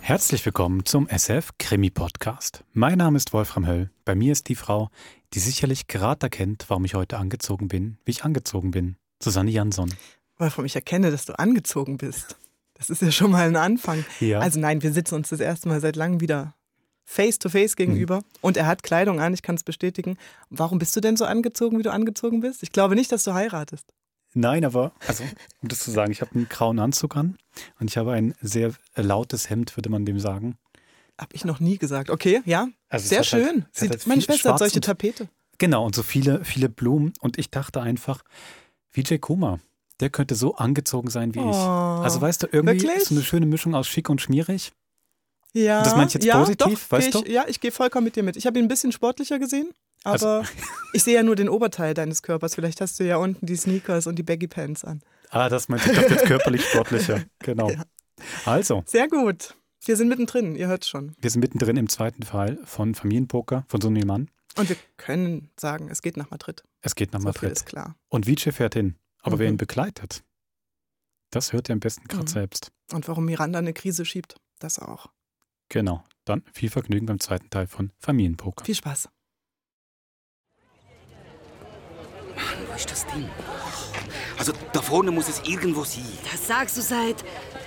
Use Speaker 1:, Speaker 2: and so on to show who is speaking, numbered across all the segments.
Speaker 1: Herzlich willkommen zum SF Krimi Podcast. Mein Name ist Wolfram Höll. Bei mir ist die Frau, die sicherlich gerade erkennt, warum ich heute angezogen bin, wie ich angezogen bin. Susanne Jansson.
Speaker 2: Wolfram, ich erkenne, dass du angezogen bist. Das ist ja schon mal ein Anfang.
Speaker 1: Ja.
Speaker 2: Also nein, wir sitzen uns das erste Mal seit langem wieder face to face gegenüber
Speaker 1: Mhm.
Speaker 2: und er hat Kleidung an, ich kann es bestätigen. Warum bist du denn so angezogen, wie du angezogen bist? Ich glaube nicht, dass du heiratest.
Speaker 1: Nein, aber, also, um das zu sagen, ich habe einen grauen Anzug an und ich habe ein sehr lautes Hemd, würde man dem sagen.
Speaker 2: Hab ich noch nie gesagt. Okay, ja,
Speaker 1: Also es
Speaker 2: sehr
Speaker 1: hat halt-
Speaker 2: schön.
Speaker 1: es hat
Speaker 2: Sieht,
Speaker 1: halt
Speaker 2: meine
Speaker 1: viel
Speaker 2: Schwester hat
Speaker 1: schwarz
Speaker 2: solche
Speaker 1: und-
Speaker 2: Tapete.
Speaker 1: Genau, und so viele, viele Blumen. Und ich dachte einfach, Vijay Kumar, der könnte so angezogen sein wie ich. Also weißt du, irgendwie
Speaker 2: Oh. wirklich?
Speaker 1: so eine schöne Mischung aus schick und schmierig.
Speaker 2: ja,
Speaker 1: das meine ich jetzt
Speaker 2: ja,
Speaker 1: positiv,
Speaker 2: doch,
Speaker 1: weißt
Speaker 2: geh ich,
Speaker 1: du?
Speaker 2: Ja, ich gehe vollkommen mit dir mit. Ich habe ihn ein bisschen sportlicher gesehen,
Speaker 1: Also-
Speaker 2: aber ich sehe ja nur den Oberteil deines Körpers. Vielleicht hast du ja unten die Sneakers und die Baggy Pants an.
Speaker 1: Ah, das meinte ich, ich dachte jetzt körperlich sportlicher. Genau. Also,
Speaker 2: Sehr gut. Wir sind mittendrin, ihr hört schon.
Speaker 1: wir sind mittendrin im zweiten Fall von Familienpoker von Sunil Mann.
Speaker 2: Und wir können sagen, es geht nach Madrid.
Speaker 1: Es geht nach
Speaker 2: So viel
Speaker 1: Madrid.
Speaker 2: ist klar.
Speaker 1: Und Vijay fährt hin. Aber wer
Speaker 2: Mhm.
Speaker 1: ihn begleitet, das hört ihr am besten gerade
Speaker 2: Mhm.
Speaker 1: selbst.
Speaker 2: Und warum Miranda eine Krise schiebt, das auch.
Speaker 1: Genau. Dann viel Vergnügen beim zweiten Teil von Familienpoker.
Speaker 2: Viel Spaß.
Speaker 3: Wo ist das Ding? Also da vorne muss es irgendwo sein.
Speaker 4: Das sagst du seit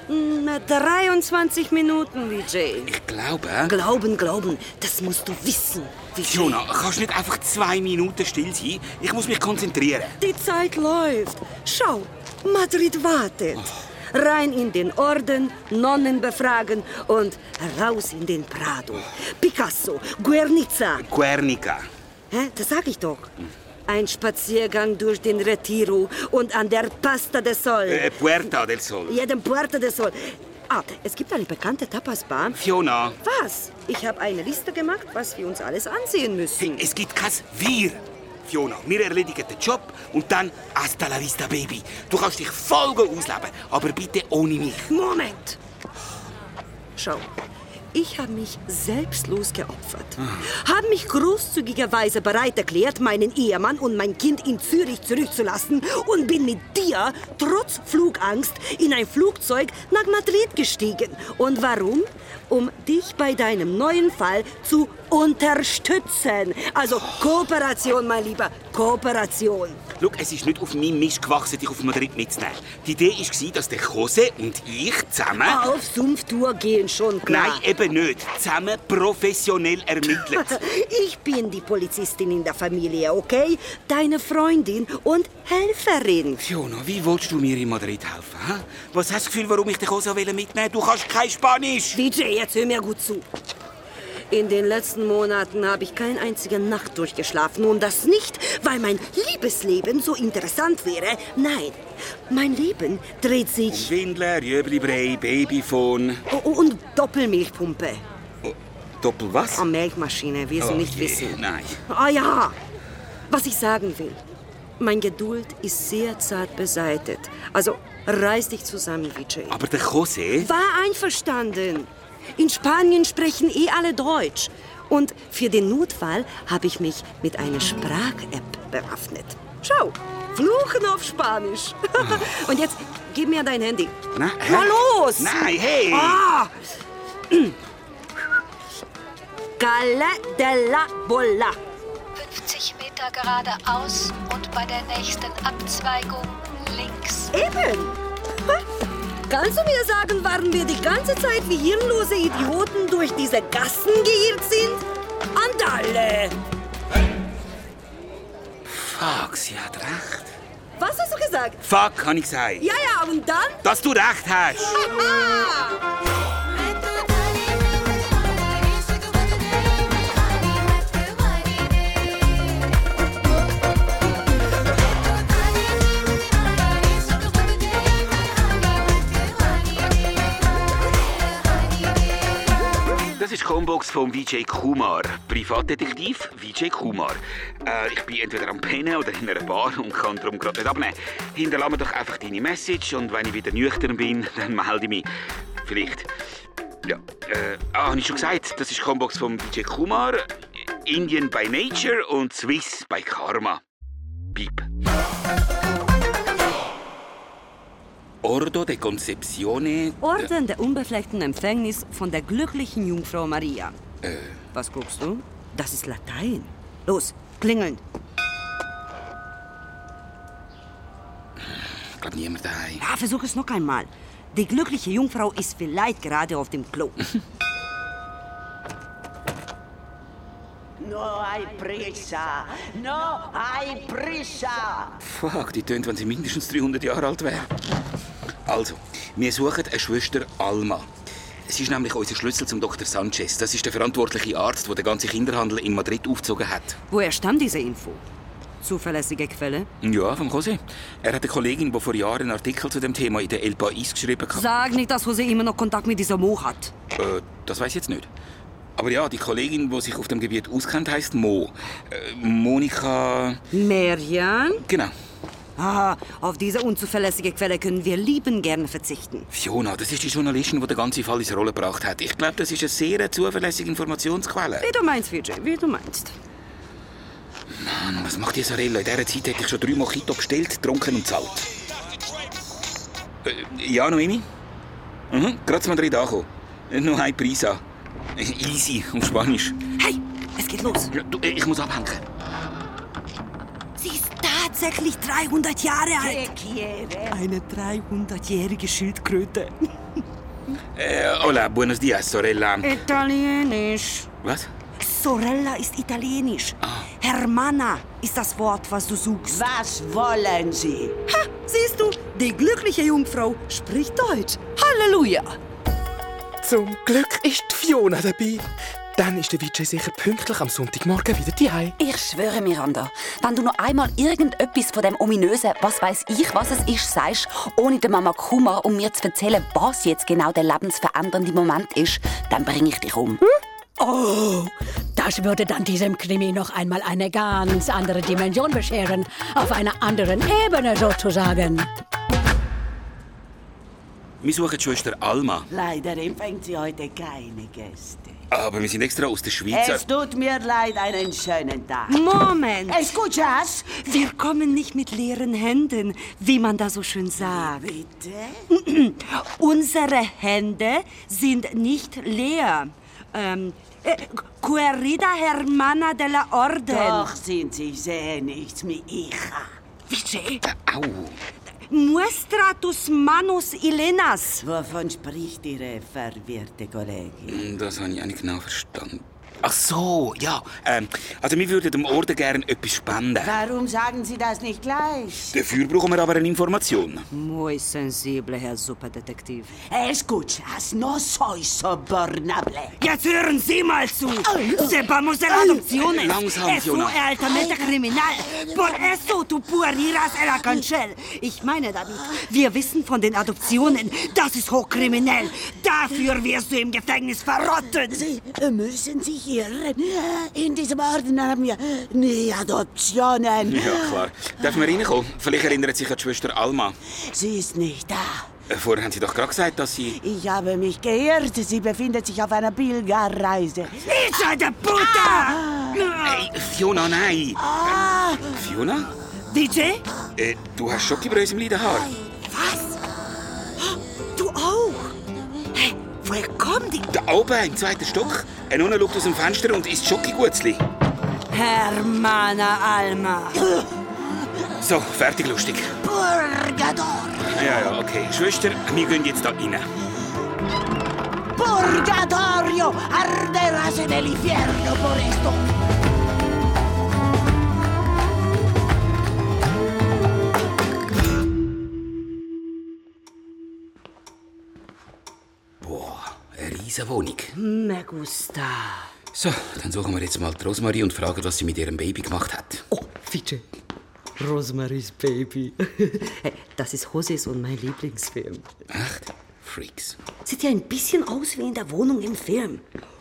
Speaker 4: mm, 23 Minuten, Vijay.
Speaker 3: Ich glaube.
Speaker 4: Glauben, glauben, das musst du wissen, Vijay.
Speaker 3: Fiona, kannst du nicht einfach zwei Minuten still sein? Ich muss mich konzentrieren.
Speaker 4: Die Zeit läuft. Schau, Madrid wartet. Rein in den Orden, Nonnen befragen und raus in den Prado. Picasso, Guernica.
Speaker 3: Guernica.
Speaker 4: Hä? Das sag ich doch. Ein Spaziergang durch den Retiro und an der Pasta de Sol.
Speaker 3: Äh, Puerta del Sol.
Speaker 4: Jeden Puerta de Sol. Ah, es gibt eine bekannte Tapasbar.
Speaker 3: Fiona,
Speaker 4: Was? Ich habe eine Liste gemacht, was wir uns alles ansehen
Speaker 3: hey,
Speaker 4: müssen.
Speaker 3: es gibt kein Wir. Fiona, wir erledigen den Job und dann hasta la vista, Baby. Du kannst dich voll ausleben, aber bitte ohne mich.
Speaker 4: Moment! Schau, ich habe mich selbstlos geopfert. Habe mich großzügigerweise bereit erklärt, meinen Ehemann und mein Kind in Zürich zurückzulassen und bin mit dir, trotz Flugangst, in ein Flugzeug nach Madrid gestiegen. Und warum? Um dich bei deinem neuen Fall zu unterstützen. Also Kooperation, mein Lieber, Kooperation.
Speaker 3: Schau, es ist nicht auf meinem Mist gewachsen, dich auf Madrid mitzunehmen. Die Idee war, dass der Jose und ich zusammen...
Speaker 4: Auf Sumpftour gehen schon klar.
Speaker 3: Nein, eben nicht. Zusammen professionell ermittelt.
Speaker 4: Ich bin die Polizistin in der Familie, okay? Deine Freundin und Helferin.
Speaker 3: Fiona, wie willst du mir in Madrid helfen? hä? Was hast du das Gefühl, warum ich dich auch so mitnehmen will? Du kannst kein Spanisch!
Speaker 4: Vijay, jetzt hör mir gut zu. In den letzten Monaten habe ich keine einzige Nacht durchgeschlafen und das nicht, weil mein Liebesleben so interessant wäre. Nein, mein Leben dreht
Speaker 3: Um
Speaker 4: sich
Speaker 3: Schwindler, Jöblibrei, Babyphone.
Speaker 4: O- oh, und Doppelmilchpumpe.
Speaker 3: Oh, Doppel was? Oh,
Speaker 4: Am Milchmaschine, wir sie nicht wissen.
Speaker 3: Nein.
Speaker 4: Ah ja, was ich sagen will. Mein Geduld ist sehr zart beseitet. Also reiß dich zusammen, Vijay.
Speaker 3: Aber der Jose?
Speaker 4: War einverstanden. In Spanien sprechen eh alle Deutsch. Und für den Notfall habe ich mich mit einer Sprach-App bewaffnet. Schau, Fluchen auf Spanisch. Und jetzt gib mir dein Handy.
Speaker 3: Na, hä?
Speaker 4: Na los!
Speaker 3: Nein, hey!
Speaker 4: Ah! Calle de la Bola.
Speaker 5: 50 Meter geradeaus und bei der nächsten Abzweigung links.
Speaker 4: Eben! Ha? Kannst du mir sagen, waren wir die ganze Zeit wie hirnlose Idioten durch diese Gassen geirrt sind? Andale!
Speaker 3: Fuck, sie hat recht.
Speaker 4: Was hast du gesagt?
Speaker 3: Fuck, habe ich gesagt.
Speaker 4: Ja, ja, und dann?
Speaker 3: Dass du recht hast!
Speaker 4: Haha!
Speaker 3: Das ist die Combox von Vijay Kumar. Privatdetektiv Vijay Kumar. Äh, ich bin entweder am Pennen oder in einer Bar und kann darum gerade nicht abnehmen. Hinterlasse mir doch einfach deine Message und wenn ich wieder nüchtern bin, dann melde ich mich. Vielleicht. Ja. Äh, ah, habe ich schon gesagt, das ist die Combox von Vijay Kumar. Indian by Nature und Swiss by Karma. Piep. Ordo de Concepzione.
Speaker 4: Orden der unbefleckten Empfängnis von der glücklichen Jungfrau Maria.
Speaker 3: Äh,
Speaker 4: Was guckst du? Das ist Latein. Los, klingeln.
Speaker 3: Ich glaube, niemand daheim.
Speaker 4: Ja, Ah, versuch es noch einmal. Die glückliche Jungfrau ist vielleicht gerade auf dem Klo.
Speaker 6: No hay prisa, no hay prisa.
Speaker 3: Fuck, die tönt, wenn sie mindestens 300 Jahre alt wäre. Also, wir suchen eine Schwester Alma. Sie ist nämlich unser Schlüssel zum Dr. Sanchez. Das ist der verantwortliche Arzt, der den ganzen Kinderhandel in Madrid aufgezogen hat.
Speaker 4: Woher stammt diese Info? Zuverlässige Quelle?
Speaker 3: Ja, vom José. Er hat eine Kollegin, die vor Jahren einen Artikel zu dem Thema in der El País geschrieben hat.
Speaker 4: Sag nicht, dass Jose immer noch Kontakt mit dieser Mo hat.
Speaker 3: Äh, das weiß ich jetzt nicht. Aber ja, die Kollegin, die sich auf dem Gebiet auskennt, heißt Mo. Äh, Monika.
Speaker 4: Merian?
Speaker 3: Genau.
Speaker 4: Ah, auf diese unzuverlässige Quelle können wir lieben gern verzichten.
Speaker 3: Fiona, das ist die Journalistin, die den ganzen Fall ins Rollen gebracht hat. Ich glaube, das ist eine sehr zuverlässige Informationsquelle.
Speaker 4: Wie du meinst, Vijay, wie du meinst.
Speaker 3: Mann, was macht die Sarella? In dieser Zeit hätte ich schon drei Mojito bestellt, getrunken und zahlt. Äh, ja, Noemi? Mhm, gerade zu Madrid angekommen. Äh, Nur ein Prisa. Äh, Easy, auf Spanisch.
Speaker 4: Hey, es geht los.
Speaker 3: Ja, du, äh, ich muss abhängen.
Speaker 4: Sie ist tatsächlich 300 Jahre alt.
Speaker 6: Quiere.
Speaker 4: Eine 300-jährige Schildkröte.
Speaker 3: Äh, hola, buenos dias, Sorella.
Speaker 4: Äh. Italienisch.
Speaker 3: Was?
Speaker 4: Sorella ist italienisch. Hermana ist das Wort, was du suchst.
Speaker 6: Ah. Was wollen Sie?
Speaker 4: Ha, siehst du, die glückliche Jungfrau spricht Deutsch. Halleluja.
Speaker 7: Zum Glück ist die Fiona dabei. Dann ist der Vijay sicher pünktlich am Sonntagmorgen wieder die
Speaker 8: Ich schwöre, Miranda, wenn du noch einmal irgendetwas von dem ominösen «Was weiß ich, was es ist» sagst, ohne der Mama Kuma um mir zu erzählen, was jetzt genau der lebensverändernde Moment ist, dann bringe ich dich um.
Speaker 9: Oh, das würde dann diesem Krimi noch einmal eine ganz andere Dimension bescheren. Auf einer anderen Ebene sozusagen.
Speaker 3: Wir suchen die Schwester Alma.
Speaker 6: Leider empfängt sie heute keine Gäste.
Speaker 3: Aber wir sind extra aus der Schweiz.
Speaker 6: Es tut mir leid, einen schönen Tag.
Speaker 4: Moment.
Speaker 6: Escuchas?
Speaker 4: Wir kommen nicht mit leeren Händen, wie man da so schön sagt.
Speaker 6: Bitte?
Speaker 4: Unsere Hände sind nicht leer. Ähm, äh, Querida Hermana de la Orden.
Speaker 6: Doch sind Sie sehr nichts, mi hija.
Speaker 4: Vijay,
Speaker 3: Äh, Au.
Speaker 4: muestra tus manos Elenas.
Speaker 6: Wovon spricht Ihre verwirrte Kollegin?
Speaker 3: Das habe ich auch nicht genau verstanden. Ach so, ja. Ähm, also wir würden dem Orden gerne etwas spenden.
Speaker 6: Warum sagen Sie das nicht gleich?
Speaker 3: Dafür brauchen wir aber eine Information.
Speaker 4: Muy sensible, Herr Superdetektiv.
Speaker 6: Escuchas, no soy sobornable.
Speaker 4: Jetzt hören Sie mal zu. Sepamos de las adopciones.
Speaker 3: Langsam,
Speaker 4: es
Speaker 3: Fiona.
Speaker 4: su altamente criminal. Por eso tu puerirás el arcángel. Ich meine damit, wir wissen von den Adoptionen. Das ist hochkriminell. Dafür wirst du im Gefängnis verrotten.
Speaker 10: Sie äh, müssen sich irren. In diesem Orden haben wir nie Adoptionen.
Speaker 3: Ja, klar. Darf man reinkommen? Vielleicht erinnert sich ja die Schwester Alma.
Speaker 10: Sie ist nicht da.
Speaker 3: Äh, Vorher haben Sie doch gerade gesagt, dass Sie...
Speaker 10: Ich habe mich geirrt. Sie befindet sich auf einer Pilgerreise.
Speaker 4: Nietzsche, der Puta!
Speaker 3: Hey, Äh, Fiona, nein!
Speaker 10: Ah!
Speaker 3: Ähm, Fiona?
Speaker 4: DJ?
Speaker 3: Äh, du hast schon die Brösel in den Haaren.
Speaker 4: Du auch? Hey, woher kommen die?
Speaker 3: Da oben, im zweiten Stock. Ein Nonne schaut aus dem Fenster und isst Schokogutzli.
Speaker 4: Hermana Alma.
Speaker 3: So, fertig, lustig.
Speaker 10: Purgador!
Speaker 3: Ja, ja, okay. Schwester, wir gehen jetzt da rein.
Speaker 10: Purgatorio! Arderás en el infierno por esto!
Speaker 3: Boah, eine riesige Wohnung.
Speaker 4: Me gusta.
Speaker 3: So, dann suchen wir jetzt mal die Rosmarie und fragen, was sie mit ihrem Baby gemacht hat.
Speaker 4: Oh, Fidget. Rosemary's Baby. Hey, das ist Hoses und mein Lieblingsfilm.
Speaker 3: Echt? Freaks.
Speaker 4: Sieht ja ein bisschen aus wie in der Wohnung im Film.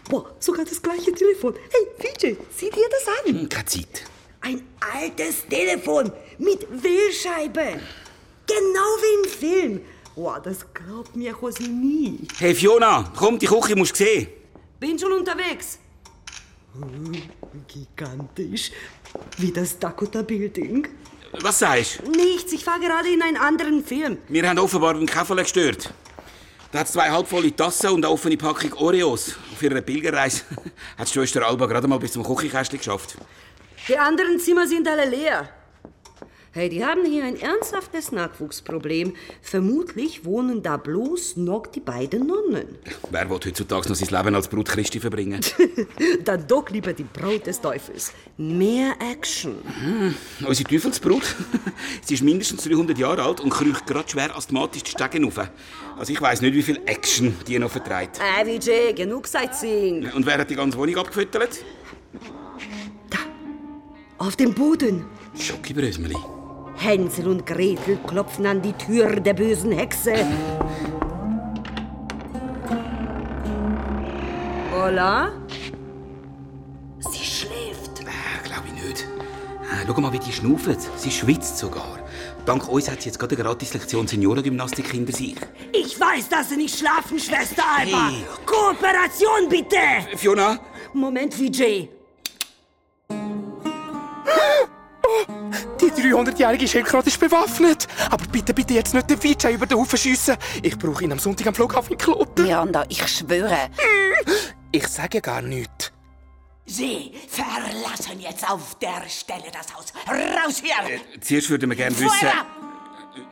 Speaker 4: Boah, sogar das gleiche Telefon. Hey, Fidget, sieh dir das an.
Speaker 3: Hm, Keine Zeit.
Speaker 4: Ein altes Telefon mit Wählscheibe. Genau wie im Film. Boah, das glaubt mir Jose nie.
Speaker 3: Hey, Fiona, komm, die Küche musst du sehen.
Speaker 4: Bin schon unterwegs.
Speaker 9: Gigantisch. Wie das Dakota Building.
Speaker 3: Was sagst du?
Speaker 4: Nichts, ich war gerade in einen anderen Film.
Speaker 3: Wir haben offenbar einen Käferle gestört. Da hat zwei halbvolle Tassen und eine offene Packung Oreos. Auf ihrer Pilgerreise hat Schwester Alba gerade mal bis zum Küchenkästchen geschafft.
Speaker 4: Die anderen Zimmer sind alle leer. Hey, die haben hier ein ernsthaftes Nachwuchsproblem. Vermutlich wohnen da bloß noch die beiden Nonnen.
Speaker 3: Wer will heutzutage noch sein Leben als Brut Christi verbringen?
Speaker 4: Dann doch lieber die Braut des Teufels. Mehr Action.
Speaker 3: Hm, Unsere Teufelsbrut, sie ist mindestens 300 Jahre alt und kriecht gerade schwer asthmatisch die Stegen rauf. Also ich weiß nicht, wie viel Action die noch vertreibt.
Speaker 4: Hey, Vijay, genug Sightseeing.
Speaker 3: Und wer hat die ganze Wohnung abgefüttert?
Speaker 4: Auf dem Boden.
Speaker 3: Schokibrösmeli.
Speaker 4: Hänsel und Gretel klopfen an die Tür der bösen Hexe. Hola? Sie schläft.
Speaker 3: Glaube ich nicht. Äh, Schau mal, wie die schnaufen. Sie schwitzt sogar. Dank uns hat sie jetzt gerade eine Gratislektion Seniorengymnastik hinter sich.
Speaker 4: Ich weiß, dass Sie nicht schlafen, Schwester Alba.
Speaker 3: Hey.
Speaker 4: Kooperation bitte!
Speaker 3: Fiona?
Speaker 4: Moment, Vijay.
Speaker 7: Die 300-jährige Schildkröte ist bewaffnet. Aber bitte, bitte jetzt nicht den Vijay über den Haufen schiessen. Ich brauche ihn am Sonntag am Flughafen in Kloten.
Speaker 8: Miranda, ich schwöre.
Speaker 10: Äh,
Speaker 7: Ich sage gar nichts.
Speaker 6: Sie verlassen jetzt auf der Stelle das Haus. Raus hier!
Speaker 3: Zuerst würden wir gerne wissen...
Speaker 6: Fuera!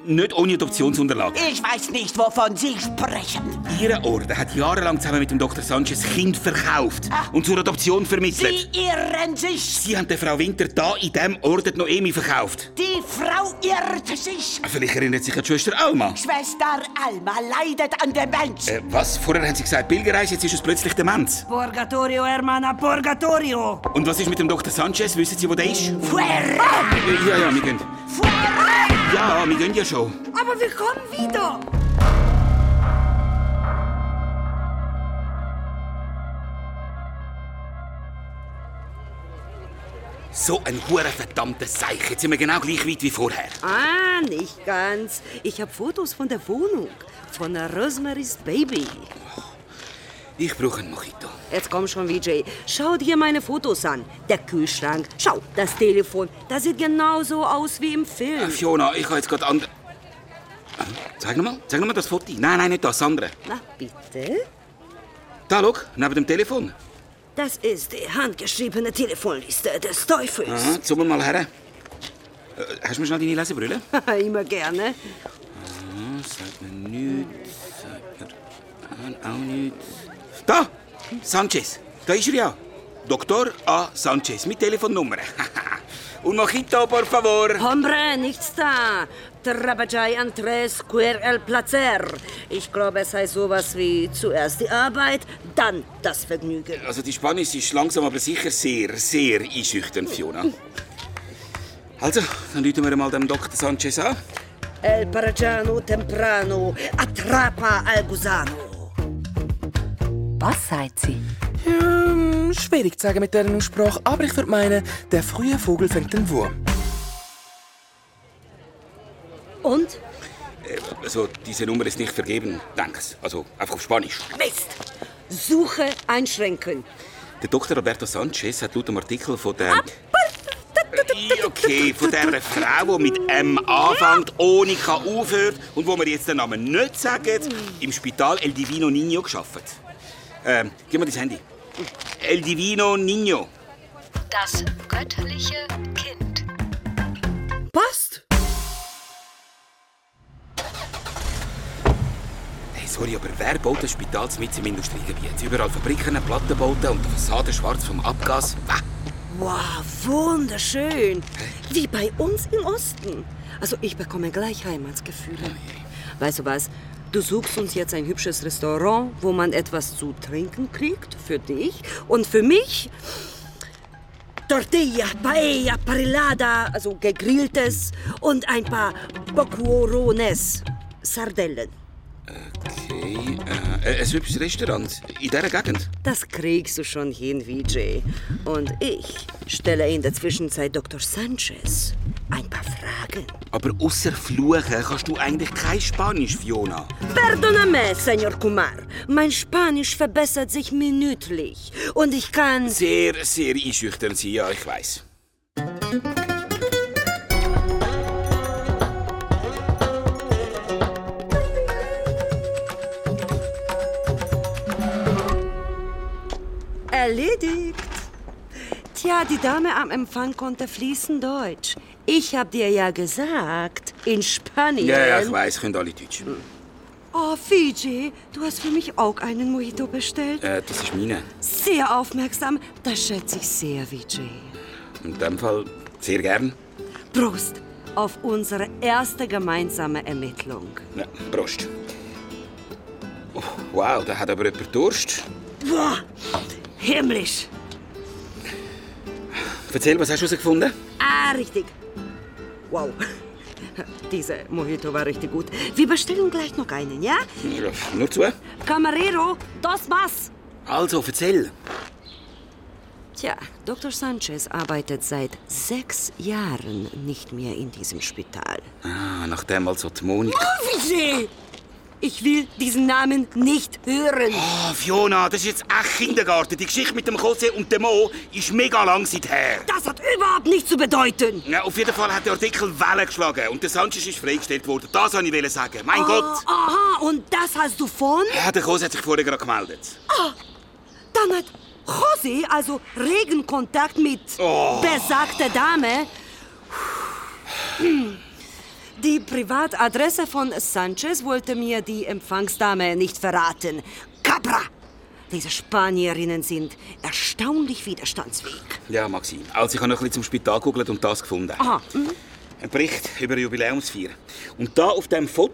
Speaker 3: Nicht ohne Adoptionsunterlagen.
Speaker 6: Ich weiß nicht, wovon Sie sprechen.
Speaker 3: Ihre Orden hat jahrelang zusammen mit dem Dr. Sanchez Kind verkauft und zur Adoption
Speaker 6: Ah. Sie
Speaker 3: vermittelt.
Speaker 6: irren sich.
Speaker 3: Sie haben der Frau Winter da in diesem Orden noch Emi verkauft.
Speaker 6: Die Frau irrt sich.
Speaker 3: Vielleicht erinnert sich an die Schwester Alma.
Speaker 6: Schwester Alma leidet an Demenz.
Speaker 3: Äh, was? Vorher haben sie gesagt Pilgerreise, jetzt ist es plötzlich Demenz.
Speaker 4: Purgatorio, Hermana, Purgatorio.
Speaker 3: Und was ist mit dem Dr. Sanchez? Wissen Sie, wo der ist?
Speaker 6: Fuera!
Speaker 3: Äh, Ja, ja, wir gehen. Ja, wir gehen ja schon.
Speaker 4: Aber wir kommen wieder.
Speaker 3: So ein hure verdammter Seich. Jetzt sind wir genau gleich weit wie vorher.
Speaker 4: Ah, nicht ganz. Ich habe Fotos von der Wohnung. Von Rosemary's Baby.
Speaker 3: Ich brauche einen Mojito.
Speaker 4: Jetzt komm schon, Vijay. Schau dir meine Fotos an. Der Kühlschrank. Schau, das Telefon. Das sieht genauso aus wie im
Speaker 3: Äh,
Speaker 4: Film.
Speaker 3: Fiona, ich habe jetzt gerade andere. Ah, Zeig noch mal, zeig noch mal das Foto. Nein, nein, nicht das andere.
Speaker 4: Na, bitte?
Speaker 3: Da, schau, neben dem Telefon.
Speaker 4: Das ist die handgeschriebene Telefonliste des
Speaker 3: Aha,
Speaker 4: Teufels.
Speaker 3: jetzt wir mal her. Äh, Hast du mir schnell deine Lesebrille?
Speaker 4: Immer gerne.
Speaker 3: Ah, Sagt mir nichts. Sagt mir ah, auch nichts. Da! Sanchez. Da ist er ja. Dr. A. Sanchez mit Telefonnummer. Und Mojito, por favor.
Speaker 4: Hombre, nichts da. Trabajai antres quer el placer. Ich glaube, es heißt sowas wie zuerst die Arbeit, dann das Vergnügen.
Speaker 3: Also die Spanisch ist langsam aber sicher sehr, sehr einschüchternd, Fiona. Also, dann rufen wir mal dem Dr. Sanchez an.
Speaker 4: El Parajano temprano, attrapa al gusano.
Speaker 8: Was sagt sie?
Speaker 7: Hm, schwierig zu sagen mit dieser Aussprache, aber ich würde meinen, der frühe Vogel fängt den Wurm.
Speaker 4: Und?
Speaker 3: Äh, Also, diese Nummer ist nicht vergeben, denk's. Also, einfach auf Spanisch.
Speaker 4: Mist! Suche einschränken.
Speaker 3: Der Dr. Roberto Sanchez hat laut dem Artikel von der... Äh, Okay, von der Frau, die mit M anfängt, ohne K aufhört und wo wir jetzt den Namen nicht sagen, im Spital El Divino Niño geschafft. Ähm, gib mir das Handy. El Divino Niño.
Speaker 5: Das göttliche Kind.
Speaker 4: Passt!
Speaker 3: Hey, sorry, aber wer baut ein Spital mit im Industriegebiet? Überall Fabriken, Plattenbauten und die Fassade schwarz vom Abgas. Wah.
Speaker 4: Wow, wunderschön. Wie bei uns im Osten. Also ich bekomme gleich Heimatsgefühle. Weißt du was? Du suchst uns jetzt ein hübsches Restaurant, wo man etwas zu trinken kriegt, für dich. Und für mich Tortilla, Paella, Parrillada, also gegrilltes und ein paar Bocuorones, Sardellen.
Speaker 3: Okay, äh, ein hübsches Restaurant in dieser Gegend.
Speaker 4: Das kriegst du schon hin, Vijay. Und ich stelle in der Zwischenzeit Dr. Sanchez ein paar Fragen.
Speaker 3: Aber außer Fluchen kannst du eigentlich kein Spanisch, Fiona.
Speaker 4: Perdóname, Señor Kumar. Mein Spanisch verbessert sich minütlich. Und ich kann...
Speaker 3: Sehr, sehr einschüchtern sein, ja, ich weiß.
Speaker 4: Erledigt. Tja, die Dame am Empfang konnte fließend Deutsch. Ich hab dir ja gesagt, in Spanien.
Speaker 3: Ja, ja, ich weiß, können alle Deutsch.
Speaker 4: Hm. Oh, Fiji, du hast für mich auch einen Mojito bestellt.
Speaker 3: Äh, das ist meine.
Speaker 4: Sehr aufmerksam, das schätze ich sehr, Vijay.
Speaker 3: In dem Fall sehr gern.
Speaker 4: Prost auf unsere erste gemeinsame Ermittlung.
Speaker 3: Ja, Ne, Prost. Oh, wow, da hat aber jemand Durst.
Speaker 4: Boah, himmlisch.
Speaker 3: Erzähl, was hast du herausgefunden?
Speaker 4: Ah, richtig. Wow. Diese Mojito war richtig gut. Wir bestellen gleich noch einen, ja?
Speaker 3: Ja, Nur zu.
Speaker 4: Camarero, dos más.
Speaker 3: Also, erzähl.
Speaker 4: Tja, Dr. Sanchez arbeitet seit sechs Jahren nicht mehr in diesem Spital.
Speaker 3: Ah, nachdem also die Monika...
Speaker 4: Vijay! Ich will diesen Namen nicht hören.
Speaker 3: Ah, Fiona, das ist jetzt echt Kindergarten. Die Geschichte mit dem Jose und dem Mo ist mega lang seither.
Speaker 4: Das hat überhaupt nichts zu bedeuten.
Speaker 3: Ja, auf jeden Fall hat der Artikel Wellen geschlagen und der Sanchez ist freigestellt worden. Das wollte ich sagen. Mein
Speaker 4: Ah,
Speaker 3: Gott!
Speaker 4: Aha, und das hast du von?
Speaker 3: Ja, der Jose hat sich vorher gerade gemeldet.
Speaker 4: Ah, dann hat Jose also regen Kontakt mit
Speaker 3: Oh.
Speaker 4: besagter Dame. Hm. Die Privatadresse von Sanchez wollte mir die Empfangsdame nicht verraten. Cabra! Diese Spanierinnen sind erstaunlich widerstandsfähig.
Speaker 3: Ja, mag sein. Also, ich habe noch ein bisschen zum Spital gegoogelt und das gefunden.
Speaker 4: Aha. hm?
Speaker 3: Ein Bericht über eine Jubiläumsfeier. Und da auf dem Foto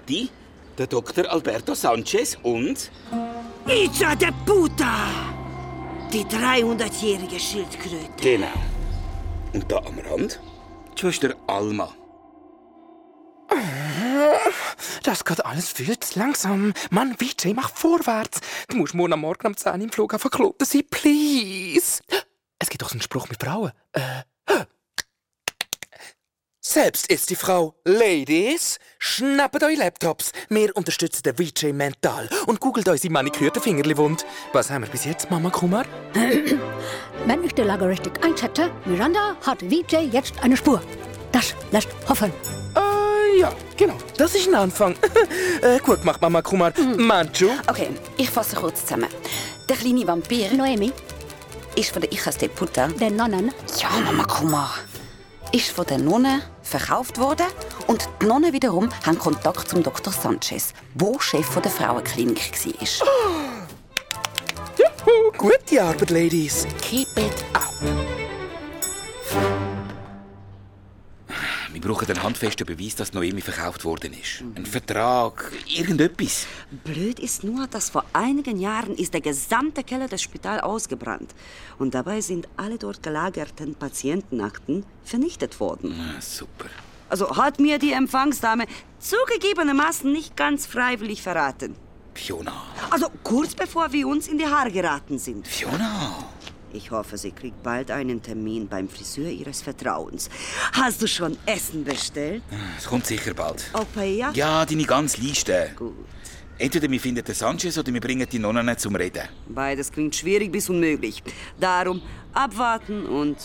Speaker 3: der Dr. Alberto Sanchez und...
Speaker 4: Icha de puta! Die 300-jährige Schildkröte.
Speaker 3: Genau. Und da am Rand die Schwester Alma.
Speaker 7: Das geht alles viel zu langsam. Mann, Vijay, mach vorwärts. Du musst morgen am Morgen um 10 Uhr im Flughafen kloppen sein, please. Es gibt doch so einen Spruch mit Frauen. Äh. Selbst ist die Frau. Ladies, schnappt eure Laptops. Wir unterstützen den Vijay mental und googelt unsere manikürten Fingerli-Wund. Was haben wir bis jetzt, Mama Kumar? Äh,
Speaker 9: Wenn ich die Lage richtig einschätze, Miranda hat Vijay jetzt eine Spur. Das lässt hoffen.
Speaker 7: Äh, ja, genau. Das ist ein Anfang. äh, gut gemacht, Mama Kumar. Manchu?
Speaker 8: Okay, ich fasse kurz zusammen. Der kleine Vampir. Noemi. Ist von der Ichas de Puta.
Speaker 9: Den Nonnen.
Speaker 8: Ja, Mama Kumar. Ist von der Nonne verkauft worden und die Nonnen wiederum haben Kontakt zum Dr. Sanchez, wo Chef von der Frauenklinik war.
Speaker 7: Juhu, gute Arbeit, Ladies.
Speaker 8: Keep it up.
Speaker 3: Wir brauchen einen handfesten Beweis, dass Noemi verkauft worden ist. Ein Vertrag, irgendetwas.
Speaker 4: Blöd ist nur, dass vor einigen Jahren ist der gesamte Keller des Spitals ausgebrannt. Und dabei sind alle dort gelagerten Patientenakten vernichtet worden.
Speaker 3: Ah, super.
Speaker 4: Also hat mir die Empfangsdame zugegebenermaßen nicht ganz freiwillig verraten.
Speaker 3: Fiona.
Speaker 4: Also kurz bevor wir uns in die Haare geraten sind.
Speaker 3: Fiona!
Speaker 4: Ich hoffe, sie kriegt bald einen Termin beim Friseur ihres Vertrauens. Hast du schon Essen bestellt?
Speaker 3: Ah, Es kommt sicher bald.
Speaker 4: Au paella?
Speaker 3: Ja, deine ganze Liste. Gut. Entweder wir finden den Sanchez oder wir bringen die Nonnen zum Reden.
Speaker 4: Beides klingt schwierig bis unmöglich. Darum abwarten und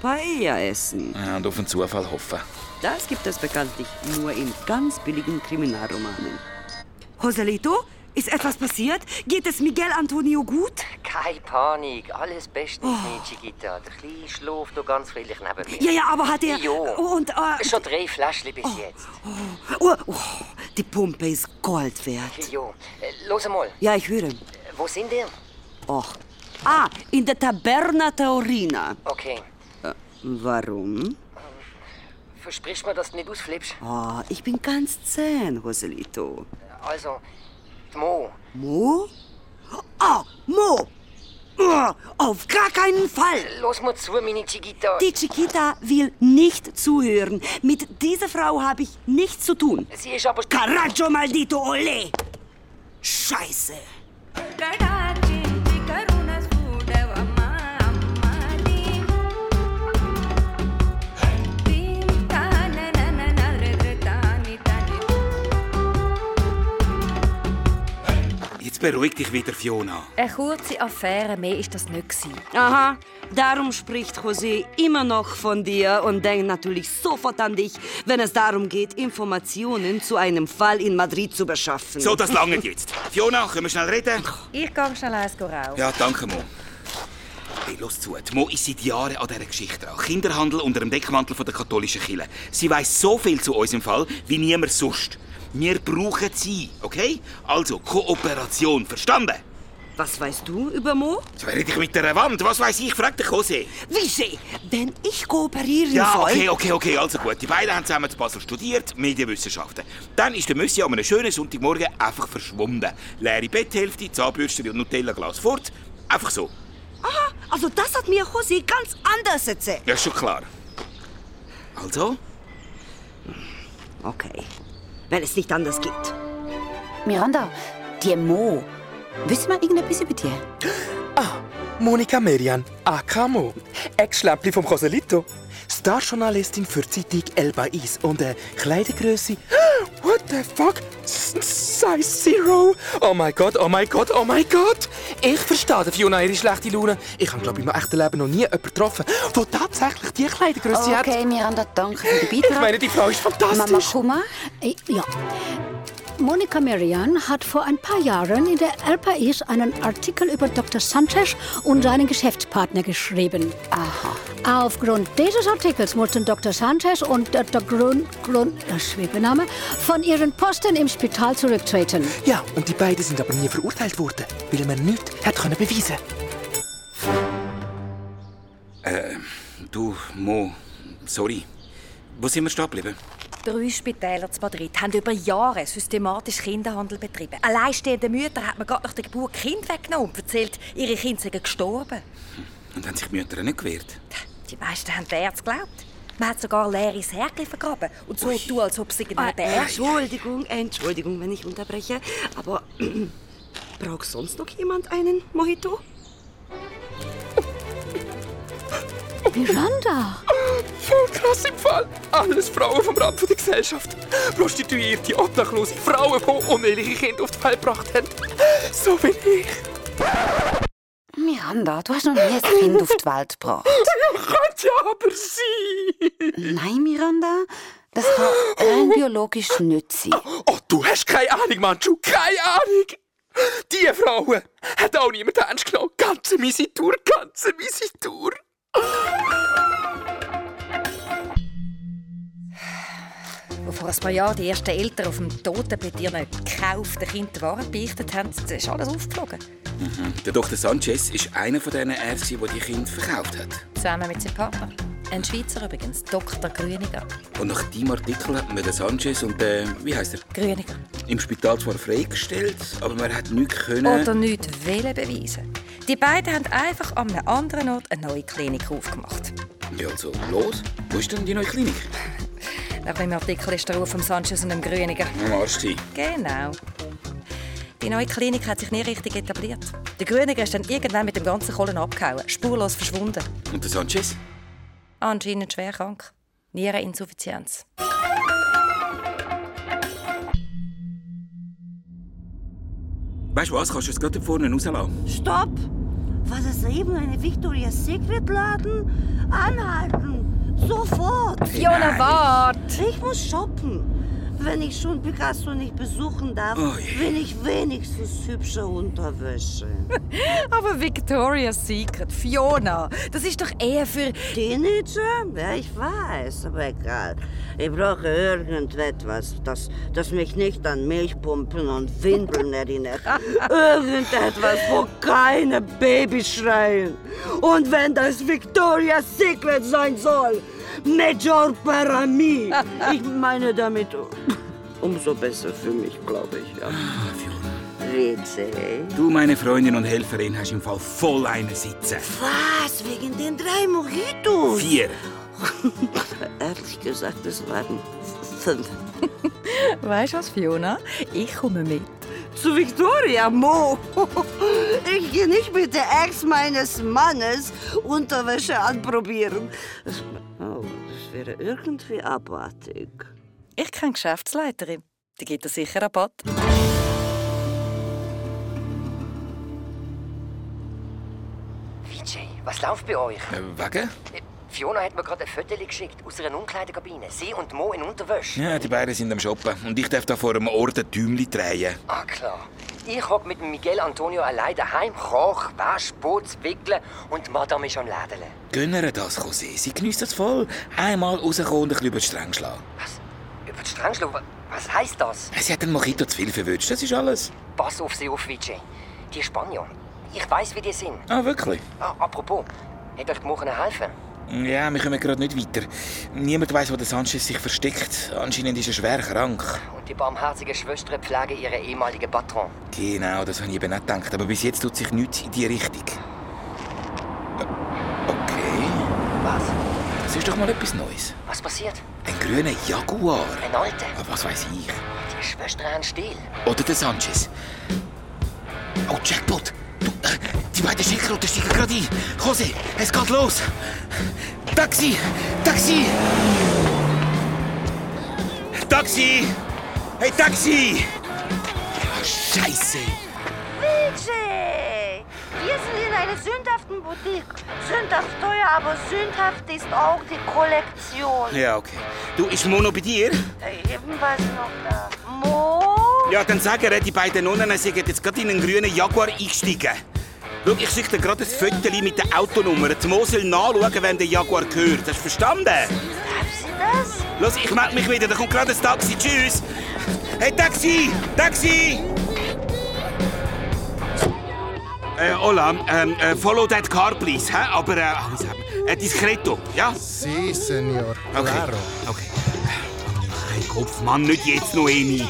Speaker 4: Paella essen.
Speaker 3: Ah, Und auf einen Zufall hoffen.
Speaker 4: Das gibt es bekanntlich nur in ganz billigen Kriminalromanen. Joselito, ist etwas passiert? Geht es Miguel Antonio gut?
Speaker 11: Keine Panik, alles bestens, Mädchengita. Der Kleine schläft noch ganz friedlich neben mir.
Speaker 4: Oh. Ja, ja, aber hat er...
Speaker 11: Ja.
Speaker 4: Und, äh,
Speaker 11: Schon drei Fläschchen bis jetzt.
Speaker 4: oh, oh, die Pumpe ist Gold wert.
Speaker 11: Jo, äh, los mal,
Speaker 4: Ja, ich höre.
Speaker 11: wo sind ihr?
Speaker 4: Och. Ah, in der Taberna Taurina.
Speaker 11: Okay,
Speaker 4: Äh, warum?
Speaker 11: versprich mir, dass du nicht ausflippst.
Speaker 4: Oh, ich bin ganz zäh, Joselito.
Speaker 11: Also, die Mo,
Speaker 4: Mo? Oh, Mo! Oh, auf gar keinen Fall!
Speaker 11: los mal zu, meine Chigita.
Speaker 4: Die Chiquita will nicht zuhören. Mit dieser Frau habe ich nichts zu tun.
Speaker 11: Sie ist aber...
Speaker 4: Caraggio maldito, ole! Scheiße!
Speaker 3: Jetzt beruhig dich wieder, Fiona.
Speaker 12: Eine kurze Affäre, mehr ist das nicht. gewesen.
Speaker 4: Aha, darum spricht José immer noch von dir und denkt natürlich sofort an dich, wenn es darum geht, Informationen zu einem Fall in Madrid zu beschaffen.
Speaker 3: So, das lange jetzt. Fiona, können wir schnell reden?
Speaker 12: Ich gehe schnell eins rauchen.
Speaker 3: Ja, danke, Mo. Hey, los zu. Die Mo ist seit Jahren an dieser Geschichte dran. Kinderhandel unter dem Deckmantel von der katholischen Kirche. Sie weiß so viel zu unserem Fall wie niemand sonst. Wir brauchen sie, okay? Also, Kooperation, verstanden?
Speaker 13: Was weißt du über Mo?
Speaker 3: Jetzt wäre ich mit der Wand. Was weiß ich? Frag den Jose.
Speaker 13: Wie Wenn ich kooperieren
Speaker 3: Ja,
Speaker 13: soll...
Speaker 3: okay, okay, okay, also gut. Die beiden haben zusammen zu Basel studiert, Medienwissenschaften. Dann ist der Müssi an einem schönen Sonntagmorgen einfach verschwunden. Leere Betthälfte, Zahnbürste und Nutella-Glas fort. Einfach so.
Speaker 13: Aha, also das hat mir José ganz anders erzählt.
Speaker 3: Ja, ist schon klar. Also?
Speaker 13: Okay. Wenn es nicht anders geht.
Speaker 8: Miranda, die Mo. Wissen wir irgendetwas über die?
Speaker 7: Ah, Monika Merian, Akamo, Ex-Schläppli vom Coselito, Starjournalistin für die Zeitung El Baiz und eine Kleidergröße. What the fuck? S- S- Size Zero? Oh mein Gott, oh mein Gott, oh mein Gott! Ich verstehe den Fiona ihre schlechte Laune. Ich habe, glaube ich, im echten Leben noch nie jemanden getroffen, der tatsächlich die Kleidergröße hat.
Speaker 8: Okay, Miranda, danke für den Beitrag.
Speaker 7: Ich meine, die Frau ist fantastisch.
Speaker 8: Mama Kuma,
Speaker 9: Äh, Ja. Monika Merian hat vor ein paar Jahren in der El País einen Artikel über Dr. Sanchez und seinen Geschäftspartner geschrieben. Aha. Aufgrund dieses Artikels mussten Dr. Sanchez und Dr. Grun, Grun, äh, schwieriger Name, von ihren Posten im Spital zurücktreten.
Speaker 7: Ja, und die beiden sind aber nie verurteilt worden, weil man nichts hat können beweisen
Speaker 3: Äh, du, Mo, sorry. Wo sind wir stehen geblieben?
Speaker 12: Drei Spitäler zu Madrid haben über Jahre systematisch Kinderhandel betrieben. Alleinstehende Mütter hat man gerade nach der Geburt Kind weggenommen und erzählt, ihre Kinder seien gestorben.
Speaker 3: Und haben sich die Mütter nicht gewehrt?
Speaker 12: Die meisten haben den Ärzten geglaubt. Man hat sogar leeres Härchen vergraben und so tun, als ob sie
Speaker 13: Ah,
Speaker 12: irgendein Bär
Speaker 13: Entschuldigung, Entschuldigung, wenn ich unterbreche, aber braucht sonst noch jemand einen Mojito?
Speaker 9: Miranda!
Speaker 7: Voll krass im Fall. Alles Frauen vom Rand der Gesellschaft. Prostituierte, obdachlose Frauen, die uneheliche Kinder auf die Welt gebracht haben. So bin ich.
Speaker 8: Miranda, du hast noch nie ein Kind auf die Welt gebracht.
Speaker 7: Ja, kann ja aber sein.
Speaker 8: Nein, Miranda, das kann rein biologisch nicht sein.
Speaker 7: Oh, Du hast keine Ahnung, Manchu, keine Ahnung. Diese Frauen hat auch niemand ernst genommen. Ganze miese Tour, ganze miese Tour.
Speaker 12: Wo vor ein paar Jahren die ersten Eltern auf dem Totenbett ihren gekauften Kindern Waren beichtet haben, ist alles aufgeflogen.
Speaker 3: Mhm. Der Dr. Sanchez ist einer von diesen Ärzten, die die Kinder verkauft hat.
Speaker 12: Zusammen mit seinem Partner. Ein Schweizer übrigens, Dr. Grüniger.
Speaker 3: Und nach deinem Artikel hat man den Sanchez und äh, wie heißt er?
Speaker 12: Grüniger.
Speaker 3: Im Spital zwar freigestellt, aber man hat nichts können.
Speaker 12: Oder nicht wollen beweisen. Die beiden haben einfach an einem anderen Ort eine neue Klinik aufgemacht.
Speaker 3: Ja, also los. Wo ist denn die neue Klinik?
Speaker 12: Nach dem Artikel ist der Ruf von Sanchez und dem Grüniger.
Speaker 3: Am Arsch sein.
Speaker 12: Genau. Die neue Klinik hat sich nie richtig etabliert. Der Grüniger ist dann irgendwann mit dem ganzen Kohlen abgehauen, spurlos verschwunden.
Speaker 3: Und der Sanchez?
Speaker 12: Anscheinend schwer krank. Niereninsuffizienz.
Speaker 3: Weißt du was? Kannst du es gerade vorne rauslassen?
Speaker 4: Stopp! War das eben eine Victoria's Secret Laden? Anhalten! Sofort!
Speaker 3: Fiona, Nein.
Speaker 4: wart! Ich muss shoppen. Wenn ich schon Picasso nicht besuchen darf,
Speaker 3: Oh
Speaker 4: will ich wenigstens hübsche Unterwäsche.
Speaker 12: Aber Victoria's Secret, Fiona, das ist doch eher für...
Speaker 4: Teenager? Ja, ich weiß, aber egal. Ich brauche irgendetwas, das, das mich nicht an Milchpumpen und Windeln erinnert. Irgendetwas, wo keine Babys schreien. Und wenn das Victoria's Secret sein soll, Major Parami. Ich meine damit oh, umso besser für mich, glaube ich. Ja.
Speaker 3: Ah,
Speaker 4: Rätsel.
Speaker 3: Du, meine Freundin und Helferin, hast im Fall voll einen sitzen.
Speaker 4: Was? Wegen den drei Mojitos?
Speaker 3: Vier.
Speaker 4: Ehrlich gesagt, es waren fünf.
Speaker 12: Weißt du was, Fiona? Ich komme mit.
Speaker 4: Zu Victoria, Mo. Ich gehe nicht mit der Ex meines Mannes Unterwäsche anprobieren. Oh, das wäre irgendwie abartig.
Speaker 12: Ich kenne Geschäftsleiterin. Die gibt dir sicher Rabatt.
Speaker 11: Vijay, was läuft bei euch?
Speaker 3: Äh,
Speaker 11: Äh,
Speaker 3: Wegen?
Speaker 11: Fiona hat mir gerade ein Foto geschickt aus einer Umkleidekabine. Sie und Mo in Unterwäsche.
Speaker 3: Ja, die beiden sind am Shoppen und ich darf da vor einem Ort ein Däumchen drehen.
Speaker 11: Ah, klar. Ich hocke mit dem Miguel Antonio allein daheim, koch, wasch, putz, wickle und die Madame ist am Lädeln.
Speaker 3: Gönn ihr das, José. Sie genießt das voll. Einmal rauskommen und ein bisschen über die Stränge schlagen.
Speaker 11: Über die Stränge schlagen? Was heisst das?
Speaker 3: Sie hat einen Mojito zu viel verwünscht, das ist alles.
Speaker 11: Pass auf sie auf, Vijay. Die Spanier. Ich weiß, wie die sind.
Speaker 3: Ah, wirklich?
Speaker 11: Ah, apropos, hat euch die Morgen helfen?
Speaker 3: Ja, wir kommen gerade nicht weiter. Niemand weiß, wo der Sanchez sich versteckt. Anscheinend ist er schwer krank.
Speaker 11: Und die barmherzigen Schwestern pflegen ihren ehemaligen Patron.
Speaker 3: Genau, das habe ich eben nicht gedacht. Aber bis jetzt tut sich nichts in die Richtung. Äh, Okay,
Speaker 11: Was?
Speaker 3: das ist doch mal etwas Neues.
Speaker 11: Was passiert?
Speaker 3: Ein grüner Jaguar.
Speaker 11: Ein alter.
Speaker 3: Aber was weiß ich?
Speaker 11: Die Schwestern haben Stil.
Speaker 3: Oder der Sanchez. Oh, Jackpot! Du, äh, die beiden Schildkröten steigen gerade ein. José, es geht los! Taxi! Taxi! Taxi! Hey, Taxi! Ah, Scheiße!
Speaker 4: Vijay! Wir sind in einer sündhaften Boutique. Sündhaft teuer, aber sündhaft ist auch die Kollektion.
Speaker 3: Ja, okay. Du, ist Mono bei dir?
Speaker 4: Äh, Ebenfalls noch da. Mo?
Speaker 3: Ja, dann sagen ihr, die beiden Nonnen sind jetzt gerade in einen grünen Jaguar eingestiegen. Schau, ich schicke dir gerade ein Fötterchen mit der Autonummer. Zum Mosel nachschauen, wem der Jaguar gehört. Hast du verstanden?
Speaker 4: Darf sie das?
Speaker 3: Los, ich melde mich wieder, da kommt gerade ein Taxi. Tschüss! Hey, Taxi! Taxi! Äh, Ola, ähm, äh, follow that car, please. Hä? Aber äh, alles haben. Äh, discreto, ja?
Speaker 7: Si, Senor.
Speaker 3: Okay. okay. Mein Kopf, Mann, nicht jetzt noch eine.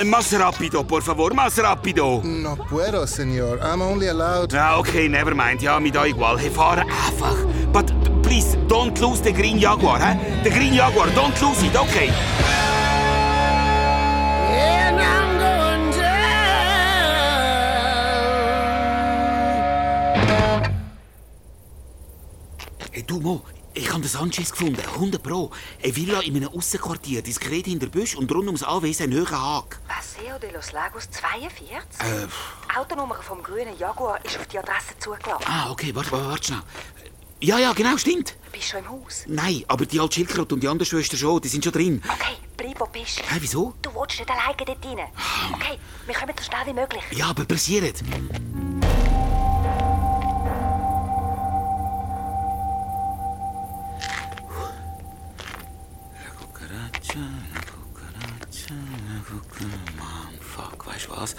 Speaker 3: Äh, mas rapido, por favor, mas rapido.
Speaker 7: No puedo, Ah, Senor. I'm only allowed.
Speaker 3: Ja, okay, never mind. Ja, mit da igual. Hey, fahr einfach. But please, don't lose the green Jaguar, hä? The green Jaguar, don't lose it, okay?
Speaker 4: And I'm going
Speaker 14: Hey, du Mo, ich habe den Sanchez gefunden, 100 Pro. Eine Villa in einem Aussenquartier, diskret hinter Büsch und rund ums Anwesen ein höherer Haag.
Speaker 12: Paseo de los Lagos 42?
Speaker 14: Äh,
Speaker 12: Die Autonummer vom grünen Jaguar ist auf die Adresse zugelassen.
Speaker 14: ah, okay, warte, warte, warte schnell. Ja, ja, genau, stimmt.
Speaker 12: Bist du schon im Haus?
Speaker 14: Nein, aber die alte Schildkröte und die andere Schwester schon, die sind schon drin.
Speaker 12: Okay, bleib, wo du bist.
Speaker 14: Hä, wieso?
Speaker 12: Du willst nicht alleine dort rein. Okay, wir kommen so schnell wie möglich.
Speaker 14: Ja, aber pressiert. Cucaracha, la Cucaracha, la Cucaracha. Mann, fuck, weißt du was?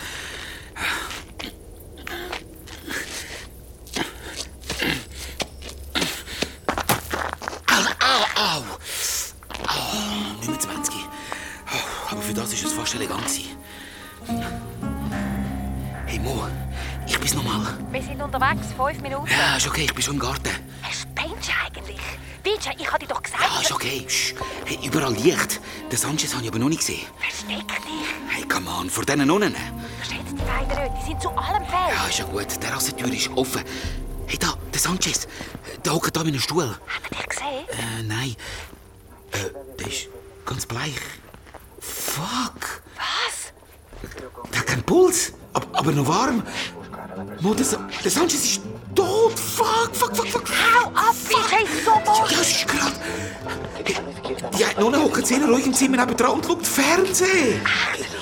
Speaker 14: Au, au, au! Au, 29. Au, Aber für das war es fast elegant. gewesen. Hey Mo, ich bin's nochmal.
Speaker 12: Wir sind unterwegs, fünf Minuten.
Speaker 14: Ja, ist okay, ich bin schon im Garten.
Speaker 12: Spinnst du eigentlich? Vijay, ich habe dir doch gesagt,
Speaker 14: Ah, ist okay. Sch, hey, überall Licht. Den Sanchez habe ich aber noch nicht gesehen.
Speaker 12: versteck dich.
Speaker 14: Hey, come on, vor diesen Nonnen.
Speaker 12: Schätze die beiden nicht, die sind zu allem fähig.
Speaker 14: Ja, ist ja gut. Die Terrassentür ist offen. Hey, da, der Sanchez. Der hockt da in einem Stuhl.
Speaker 12: Hat er dich gesehen?
Speaker 14: Äh, nein. Äh, der ist ganz bleich. Fuck.
Speaker 12: Was?
Speaker 14: Der hat keinen Puls. Aber, aber noch warm. Mo, der, Sa- der Sanchez ist tot. Fuck, fuck, fuck, fuck. Hau
Speaker 12: ab, Vijay, so
Speaker 14: Ja, es ist gerade... Hey, die eine Nonne hockt sehr ruhig im Zimmer nebenan und schaut Fernsehen.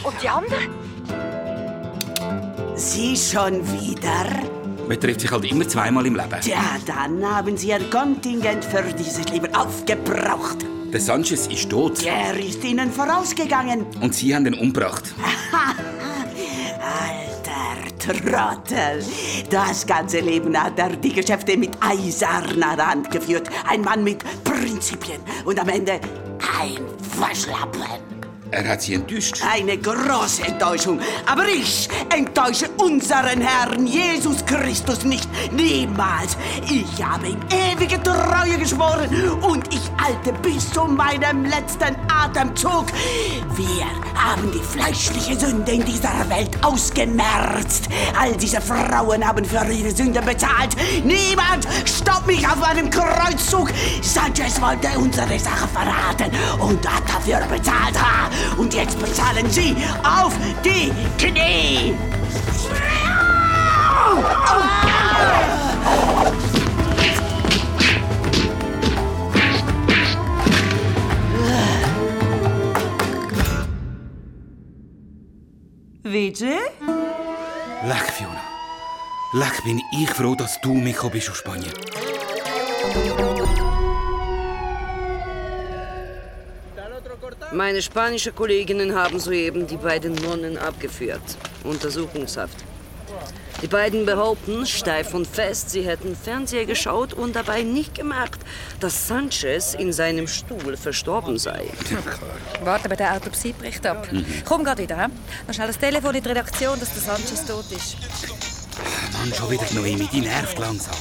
Speaker 12: Und die anderen?
Speaker 15: Sie schon wieder?
Speaker 3: Man trifft sich halt immer zweimal im Leben.
Speaker 15: Ja, dann haben Sie Ihr Kontingent für dieses Leben aufgebraucht.
Speaker 3: Der Sanchez ist tot.
Speaker 15: Er ist Ihnen vorausgegangen.
Speaker 3: Und sie haben ihn umgebracht.
Speaker 15: Alter Trottel. Das ganze Leben hat er die Geschäfte mit eiserner Hand geführt. Ein Mann mit Prinzipien und am Ende ein Waschlappen.
Speaker 3: Er hat sie enttäuscht.
Speaker 15: Eine große Enttäuschung. Aber ich enttäusche unseren Herrn Jesus Christus nicht. Niemals. Ich habe ihm ewige Treue geschworen und ich halte bis zu meinem letzten Atemzug. Wir haben die fleischliche Sünde in dieser Welt ausgemerzt. All diese Frauen haben für ihre Sünde bezahlt. Niemand stoppt mich auf meinem Kreuzzug. Sanchez wollte unsere Sache verraten und hat dafür bezahlt. Ha! Und jetzt bezahlen Sie auf die Knie.
Speaker 16: Vijay?
Speaker 17: Leck, Fiona. Leck, bin ich froh, dass du mitgekommen bist aus Spanien.
Speaker 10: Meine spanischen Kolleginnen haben soeben die beiden Nonnen abgeführt. Untersuchungshaft. Die beiden behaupten steif und fest, sie hätten Fernseher geschaut und dabei nicht gemerkt, dass Sanchez in seinem Stuhl verstorben sei.
Speaker 12: Warten wir den Autopsiebericht ab.
Speaker 10: Mhm.
Speaker 12: Komm gerade wieder, hä? Noch schnell das Telefon in die Redaktion, dass der Sanchez tot ist.
Speaker 17: Mann, schon wieder die Noemi, die nervt langsam.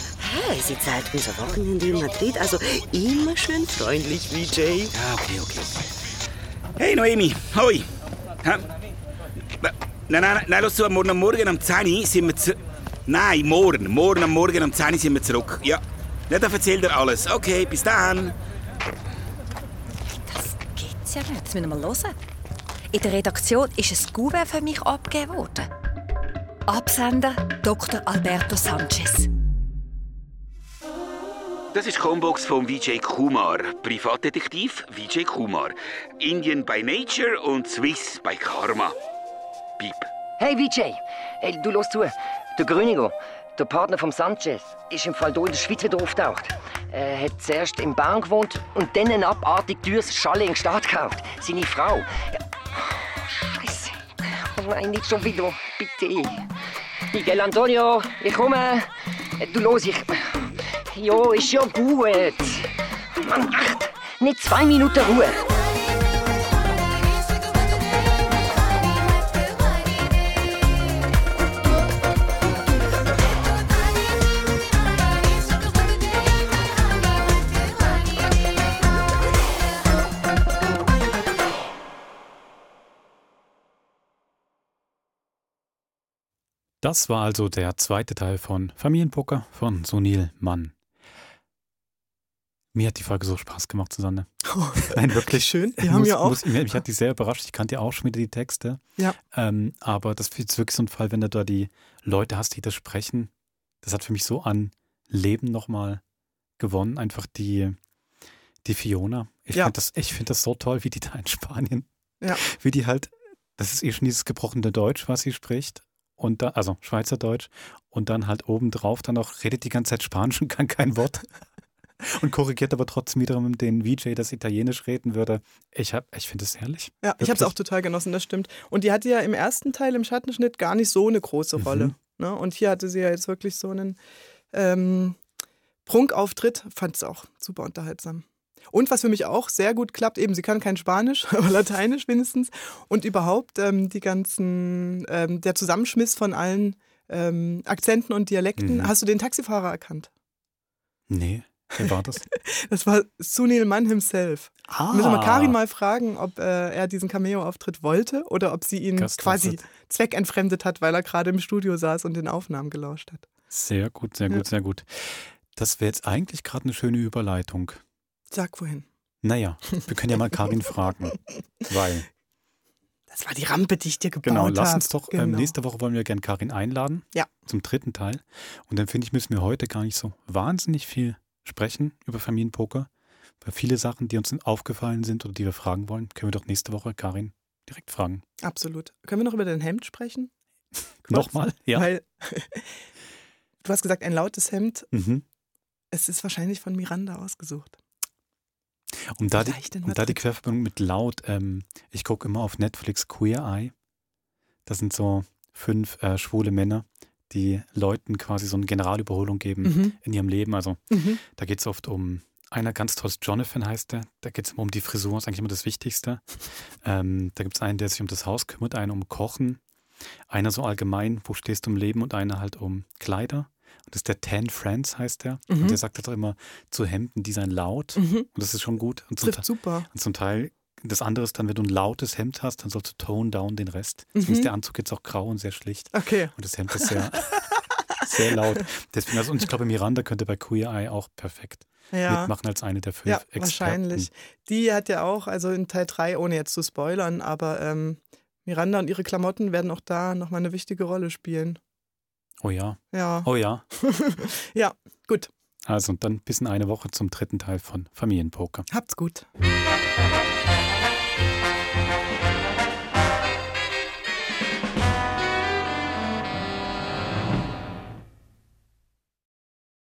Speaker 10: Hey, sie zahlt unser Wochenende in Madrid, also immer schön freundlich, Vijay.
Speaker 17: Ja, okay, okay. Hey, Noemi. Hoi. Hä? Nein, nein, nein, nein, lass zu, morgen am Morgen um 10 Uhr sind wir zu... Nein, morgen. Morgen am Morgen um 10 Uhr sind wir zurück. Ja. Nicht, dann erzähl dir alles. Okay, bis dann.
Speaker 12: Gibt's ja nicht. Das müssen wir mal hören. In der Redaktion ist ein Gouverne für mich abgegeben worden. Absender Dr. Alberto Sanchez.
Speaker 3: Das ist die Combox von Vijay Kumar, Privatdetektiv Vijay Kumar. Indian by Nature und Swiss by Karma. Piep.
Speaker 11: Hey Vijay, hey, du los zu. Der Grünigo, der Partner vom Sanchez, ist im Fall hier in der Schweiz wieder auftaucht. Er hat zuerst in Bern gewohnt und dann ein abartig teures Chalet in Stadt gekauft. Seine Frau. Ja. Scheiße. Oh nein, nicht schon wieder. Bitte. Miguel Antonio, ich komme. Äh, Du los, ich. Ja, ist ja gut. Mann, acht. Nicht zwei Minuten Ruhe.
Speaker 1: Das war also der zweite Teil von Familienpoker von Sunil Mann. Mir hat die Folge so Spaß gemacht, Susanne. Nein, wirklich.
Speaker 2: Schön, die
Speaker 1: Ich
Speaker 2: haben
Speaker 1: muss,
Speaker 2: ja auch-
Speaker 1: Muss, mich hat die sehr überrascht. Ich kannte ja auch schon wieder die Texte.
Speaker 2: Ja.
Speaker 1: Ähm, aber das ist jetzt wirklich so ein Fall, wenn du da die Leute hast, die das sprechen. Das hat für mich so an Leben nochmal gewonnen. Einfach die, die Fiona. Ich
Speaker 2: Ja.
Speaker 1: find das, ich finde das so toll, wie die da in Spanien,
Speaker 2: Ja.
Speaker 1: wie die halt, das ist eh schon dieses gebrochene Deutsch, was sie spricht. Und da, also Schweizerdeutsch. Und dann halt obendrauf dann auch redet die ganze Zeit Spanisch und kann kein Wort. Und korrigiert aber trotzdem wiederum den VJ, das Italienisch reden würde. Ich, hab- ich finde das herrlich.
Speaker 2: Ja, ich habe es auch total genossen, das stimmt. Und die hatte ja im ersten Teil im Schattenschnitt gar nicht so eine
Speaker 1: Mhm.
Speaker 2: große Rolle. Ne? Und hier hatte sie ja jetzt wirklich so einen ähm, Prunkauftritt. Fand es auch super unterhaltsam. Und was für mich auch sehr gut klappt, eben sie kann kein Spanisch, aber Lateinisch wenigstens. Und überhaupt ähm, die ganzen, ähm, der Zusammenschmiss von allen ähm, Akzenten und Dialekten.
Speaker 1: Mhm.
Speaker 2: Hast du den Taxifahrer erkannt?
Speaker 1: Nee, wer war das?
Speaker 2: Das war Sunil Mann himself.
Speaker 1: Ah.
Speaker 2: Müssen wir Karin mal fragen, ob äh, er diesen Cameo-Auftritt wollte oder ob sie ihn quasi
Speaker 1: Gastauftritt.
Speaker 2: zweckentfremdet hat, weil er gerade im Studio saß und den Aufnahmen gelauscht hat.
Speaker 1: Sehr gut, sehr
Speaker 2: Ja.
Speaker 1: gut, sehr gut. Das wäre jetzt eigentlich gerade eine schöne Überleitung.
Speaker 2: Sag wohin.
Speaker 1: Naja, wir können ja mal Karin fragen. Weil,
Speaker 2: Das war die Rampe, die ich dir gebaut
Speaker 1: genau,
Speaker 2: habe.
Speaker 1: lass uns doch, ähm,
Speaker 2: Genau.
Speaker 1: nächste Woche wollen wir gerne Karin einladen.
Speaker 2: Ja.
Speaker 1: Zum dritten Teil. Und dann finde ich, müssen wir heute gar nicht so wahnsinnig viel sprechen über Familienpoker. Weil viele Sachen, die uns aufgefallen sind oder die wir fragen wollen, können wir doch nächste Woche Karin direkt fragen.
Speaker 2: Absolut. Können wir noch über dein Hemd sprechen?
Speaker 1: Nochmal? Ja.
Speaker 2: Weil du hast gesagt, ein lautes Hemd.
Speaker 1: Mhm.
Speaker 2: Es ist wahrscheinlich von Miranda ausgesucht.
Speaker 1: Um da, die,
Speaker 2: in
Speaker 1: um da die Querverbindung mit laut, ähm, ich gucke immer auf Netflix Queer Eye. Das sind so fünf äh, schwule Männer, die Leuten quasi so eine Generalüberholung geben
Speaker 2: Mhm.
Speaker 1: in ihrem Leben. Also
Speaker 2: Mhm.
Speaker 1: da geht es oft um, einer ganz toll, Jonathan heißt der, da geht es immer um die Frisur, ist eigentlich immer das Wichtigste. Ähm, da gibt es einen, der sich um das Haus kümmert, einen um Kochen, einer so allgemein, wo stehst du im Leben und einer halt um Kleider. Und das ist der Tan Friends, heißt der.
Speaker 2: Mhm.
Speaker 1: Und der sagt halt auch immer zu Hemden, die seien laut.
Speaker 2: Mhm.
Speaker 1: Und das ist schon gut. Und zum
Speaker 2: Trifft
Speaker 1: Teil-
Speaker 2: super.
Speaker 1: und zum Teil, das andere ist dann, wenn du ein lautes Hemd hast, dann sollst du tone down den Rest. Deswegen
Speaker 2: Mhm.
Speaker 1: ist der Anzug jetzt auch grau und sehr schlicht.
Speaker 2: Okay.
Speaker 1: Und das Hemd ist sehr, sehr laut. Deswegen, also, und ich glaube, Miranda könnte bei Queer Eye auch perfekt
Speaker 2: Ja.
Speaker 1: mitmachen als eine der fünf
Speaker 2: Ja,
Speaker 1: Experten.
Speaker 2: wahrscheinlich. Die hat ja auch, also in Teil 3, ohne jetzt zu spoilern, aber ähm, Miranda und ihre Klamotten werden auch da nochmal eine wichtige Rolle spielen.
Speaker 1: Oh ja.
Speaker 2: Ja.
Speaker 1: Oh ja.
Speaker 2: ja, gut.
Speaker 1: Also, und dann bis in eine Woche zum dritten Teil von Familienpoker.
Speaker 2: Habt's gut.